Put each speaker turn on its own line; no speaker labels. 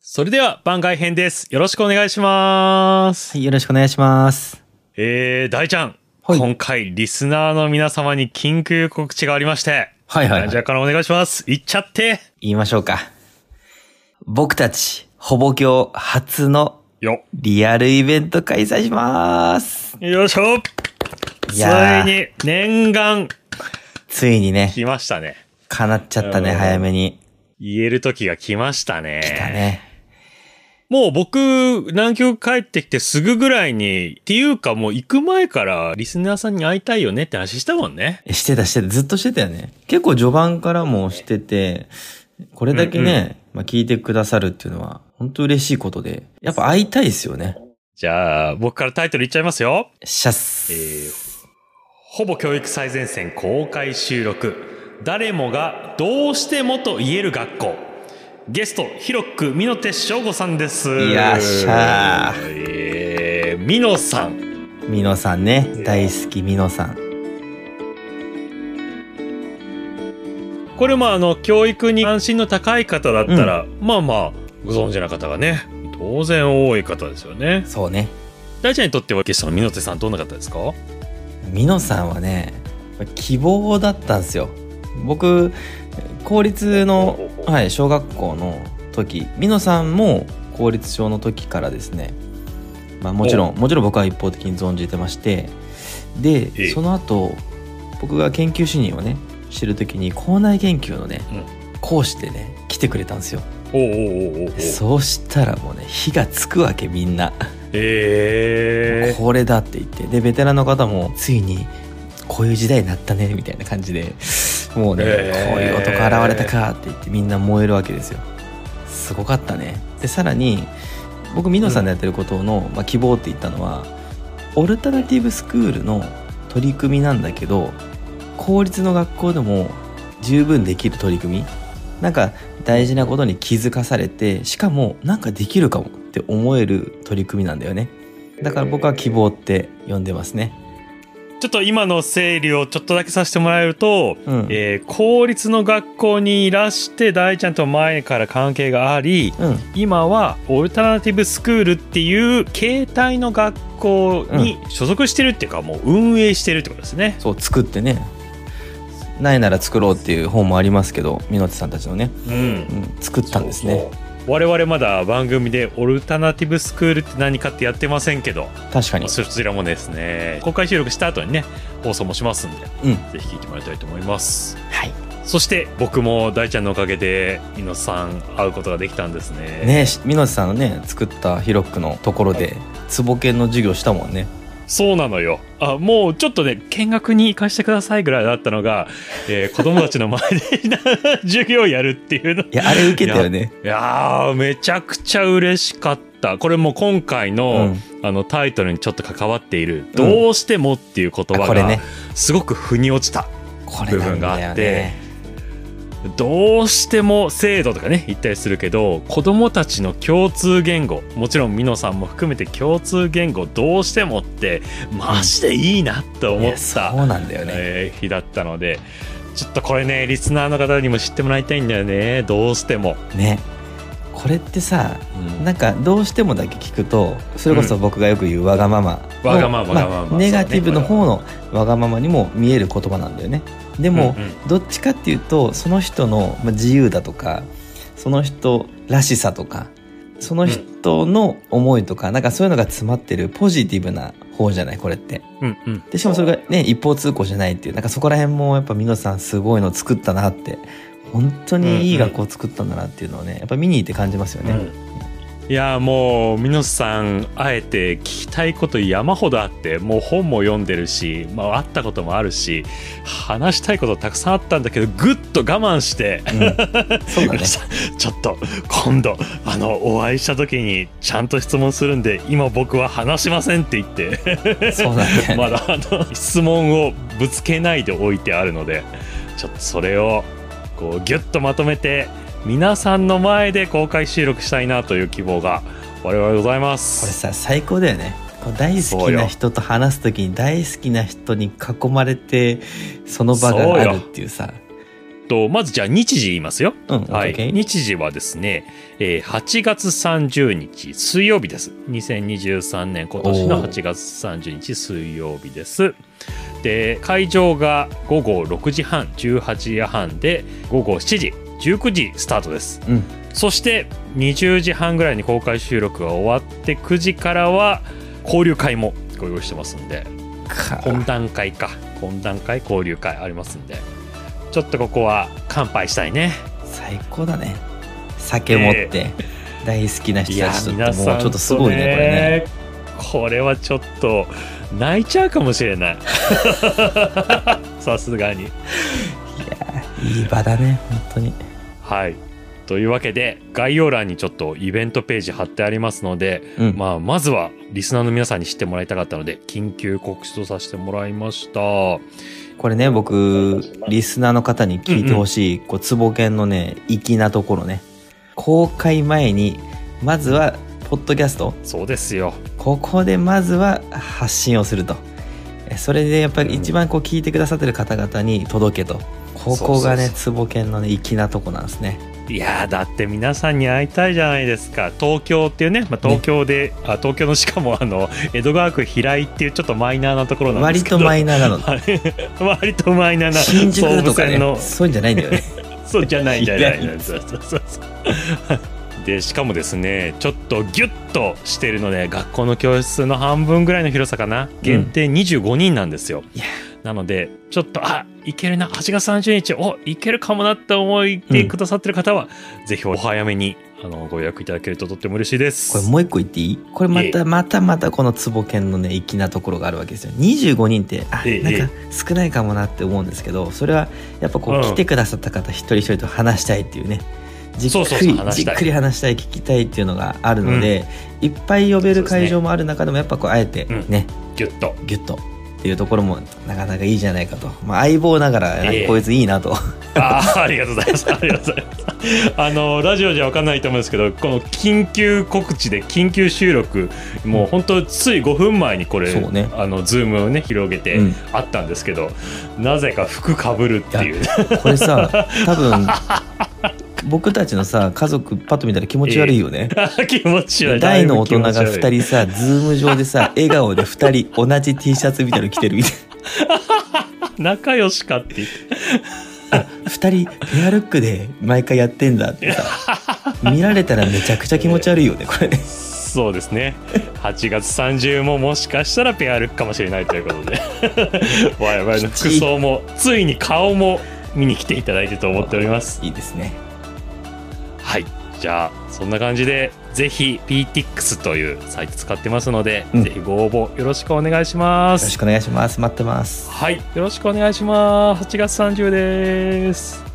それでは番外編です。よろしくお願いします。
はい、よろしくお願いします。
えー、大ちゃん、
はい
今回リスナーの皆様に緊急告知がありまして、
はいはいはい
大ちゃんからお願いします。行っちゃって
言いましょうか。僕たち、ほぼ教初の
よ
リアルイベント開催します。
よいしょつ
い
い
やー
に念願
ついにね、
来ましたね。
叶っちゃった
う
ね、
ん
早めに。
言える時が来ましたね。
だね。
もう僕、南極帰ってきてすぐぐらいに、っていうかもう行く前からリスナーさんに会いたいよねって話したもんね。
えしてたしてた、ずっとしてたよね。結構序盤からもしてて、これだけね、まあ、聞いてくださるっていうのは、本当嬉しいことで、やっぱ会いたいですよね。
じゃあ、僕からタイトルいっちゃいますよ。
シャッス。
えー、ほぼ教育最前線公開収録誰もがどうしてもと言える学校ゲストひろくみのてしょうごさんです
いらっしゃ
えーみのさん
みのさんね、大好きみのさん。
これもあの教育に関心の高い方だったら、まあまあご存知な方がね当然多い方ですよね
そうね。
大ちゃんにとってはゲストのみのてさんどんな方ですか
みのさんはね希望だったんですよ僕公立の、はい、小学校の時みのさんも公立小の時からですね、まあ、もちろんもちろん僕は一方的に存じてまして
ええ
でその後僕が研究主任をねしてる時に校内研究のね、
うん
講師でね来てくれたんですよ
おうおうおうおうおう
そうしたらもうね火がつくわけみんな
え
これだって言ってでベテランの方もついにこういう時代になったねみたいな感じでもうね、
えー
こういう男現れたかって言ってみんな燃えるわけですよすごかったねでさらに僕ミノさんのやってることの、まあ、希望って言ったのはオルタナティブスクールの取り組みなんだけど公立の学校でも十分できる取り組みなんか大事なことに気づかされてしかもなんかできるかもって思える取り組みなんだよねだから僕は希望って呼んでますね
ーちょっと今の整理をちょっとだけさせてもらえると
うん、
えー公立の学校にいらして大ちゃんと前から関係があり
うん
今はオルタナティブスクールっていう携帯の学校に所属してるっていうか、もう運営してるってことですね。
そう作ってねないなら作ろうっていう本もありますけどみのてさんたちのね、
うん
うん、作ったんですね
そうそう我々まだ番組でオルタナティブスクールって何かってやってませんけど、
確かに
そちらもですね公開収録した後にね放送もしますんで
うん
ぜひ聞いてもらいたいと思います
はい
そして僕も大ちゃんのおかげで猪野さん会うことができたんですね
ねしみのてさんのね作ったヒロックのところでつぼ犬の授業したもんね
そうなのよ。あ、もうちょっとね、見学に行かしてくださいぐらいだったのが、えー子供たちの前で な授業やるっていうの。い
いやあれ受けたよね
やー、めちゃくちゃ嬉しかった。これも今回の,、あのタイトルにちょっと関わっている、どうしてもっていう言
あ
葉
これ
が
ね
すごく腑に落ちた。
これなんだよ
部分があって
ね
どうしても制度とかね言ったりするけど子供たちの共通言語もちろん美濃さんも含めて共通言語どうしてもってマジでいいなって
い
思っ
やそ
た、
うなんだよね、
えー日だったのでちょっとこれねリスナーの方にも知ってもらいたいんだよねどうしても、
ねこれってさ
うん
なんかどうしてもだけ聞くとそれこそ僕がよく言うわがままの、
わがままわがままそうね
ネガティブの方のわがままにも見える言葉なんだよねでも、
うんうん
どっちかっていうとその人のまあ自由だとかその人らしさとかその人の思いとか、なんかそういうのが詰まってるポジティブな方じゃないこれって
うんうん
でしかもそれがね一方通行じゃないっていうなんかそこら辺もやっぱみのさんすごいの作ったなって本当にいい学校作ったんだなっていうのをねやっぱ見に行って感じますよね、
いやーもう美濃さんあえて聞きたいこと山ほどあってもう本も読んでるし、まあ、会ったこともあるし話したいことたくさんあったんだけどぐっと我慢して
うん、そうだね
ちょっと今度あのお会いした時にちゃんと質問するんで今僕は話しませんって言って
そうだ ね、
まだあの質問をぶつけないでおいてあるのでちょっとそれをこうギュッとまとめて皆さんの前で公開収録したいなという希望が我々ございま
これ
す。
さ最高だよねこう大好きな人と話す時に大好きな人に囲まれてその場があるっていうさ
と、まずじゃあ日時言いますよ。
うん、
はい、
OK
日時はですね、えー8月30日水曜日です。2023年今年の
おー
8月30日水曜日です。で、会場が午後6時半、18時半で午後7時、19時スタートです。
うん、
そして20時半ぐらいに公開収録が終わって9時からは交流会もご用意してますんで、
か
懇談会か。懇談会、交流会ありますんで。ちょっとここは乾杯したいね。
最高だね酒持って、大好きな人たちとってもうちょっとすごいねこれね
これねこれはちょっと泣いちゃうかもしれない さすがに
いい場だね本当に
はいというわけで概要欄にちょっとイベントページ貼ってありますので、
うん、
まあ、まずはリスナーの皆さんに知ってもらいたかったので緊急告知とさせてもらいました
これね僕リスナーの方に聞いてほしい、こうツボ犬のね粋なところね公開前にまずはポッドキャスト
そうですよ
ここでまずは発信をするとえそれでやっぱり一番こう聞いてくださってる方々に届けとここが
そうそ
ね
う
ツボ犬のね粋なとこなんですね
いやーだって皆さんに会いたいじゃないですか東京っていうね、まあ、東京で、あ東京のしかもあの江戸川区平井っていうちょっとマイナーなところなんで
割
すけど
とマイナー なの
はい割とマイナーな
新宿だと
総武
か
線
ね
の
そういうんじゃないんだよね
そうじゃないじゃない
い や
そうそうそうそうでしかもですねちょっとギュッとしてるので学校の教室の半分ぐらいの広さかな限定25人なんですよ、
いや
なのでちょっとあいけるな8月30日おいけるかもなって思ってくださってる方は、ぜひお早めにあのご予約いただけるととっても嬉しいです
これもう一個言っていいこれまたまたまたこのツボ犬のね粋なところがあるわけですよ25人ってあ
ええ
なんか少ないかもなって思うんですけどそれはやっぱこ
うん
う来てくださった方一人一人と話したいっていうねじっ
そうそう
く
そう
り
話
じ
したい
っくり話したい聞きたいっていうのがあるので、いっぱい呼べる会場もある中でもやっぱこうあえて
うん
ね、
ギュッと
ギュッとっていうところもなかなかいいじゃないかと、まあ、相棒ながら、
ええ
こいついい なと
あーありがとうございます。ありがとうございます。あの、ラジオじゃわかんないと思うんですけど、この緊急告知で緊急収録、もう本当つい5分前にこれ、
そうね
あの、ズームをね、広げて
うん
あったんですけど、なぜか服かぶるっていう。
これさ多分僕たちのさ家族パッと見たら気持ち悪いよね、
気持ち悪い。
大の大人が2
人。
人さ、ズーム上でさ、笑顔で2人同じ T シャツみたいなの着てるみたい
仲良しかって言って。
な。2人ペアルックで毎回やってんだってさ、見られたらめちゃくちゃ気持ち悪いよね、これね。
そうです ね。8月30ももしかしたらペアルックかもしれないということ で、我々の服装も、ついに顔も見に来ていただいてと思っております。
いいですね。
はい。じゃあ、そんな感じで、ぜひ PTX というサイト使ってますので、
うん
ぜひご応募よろしくお願いしま
よろ
す
し。くお願いします。待ってます。
はい。よろしくお願いします。8月30です。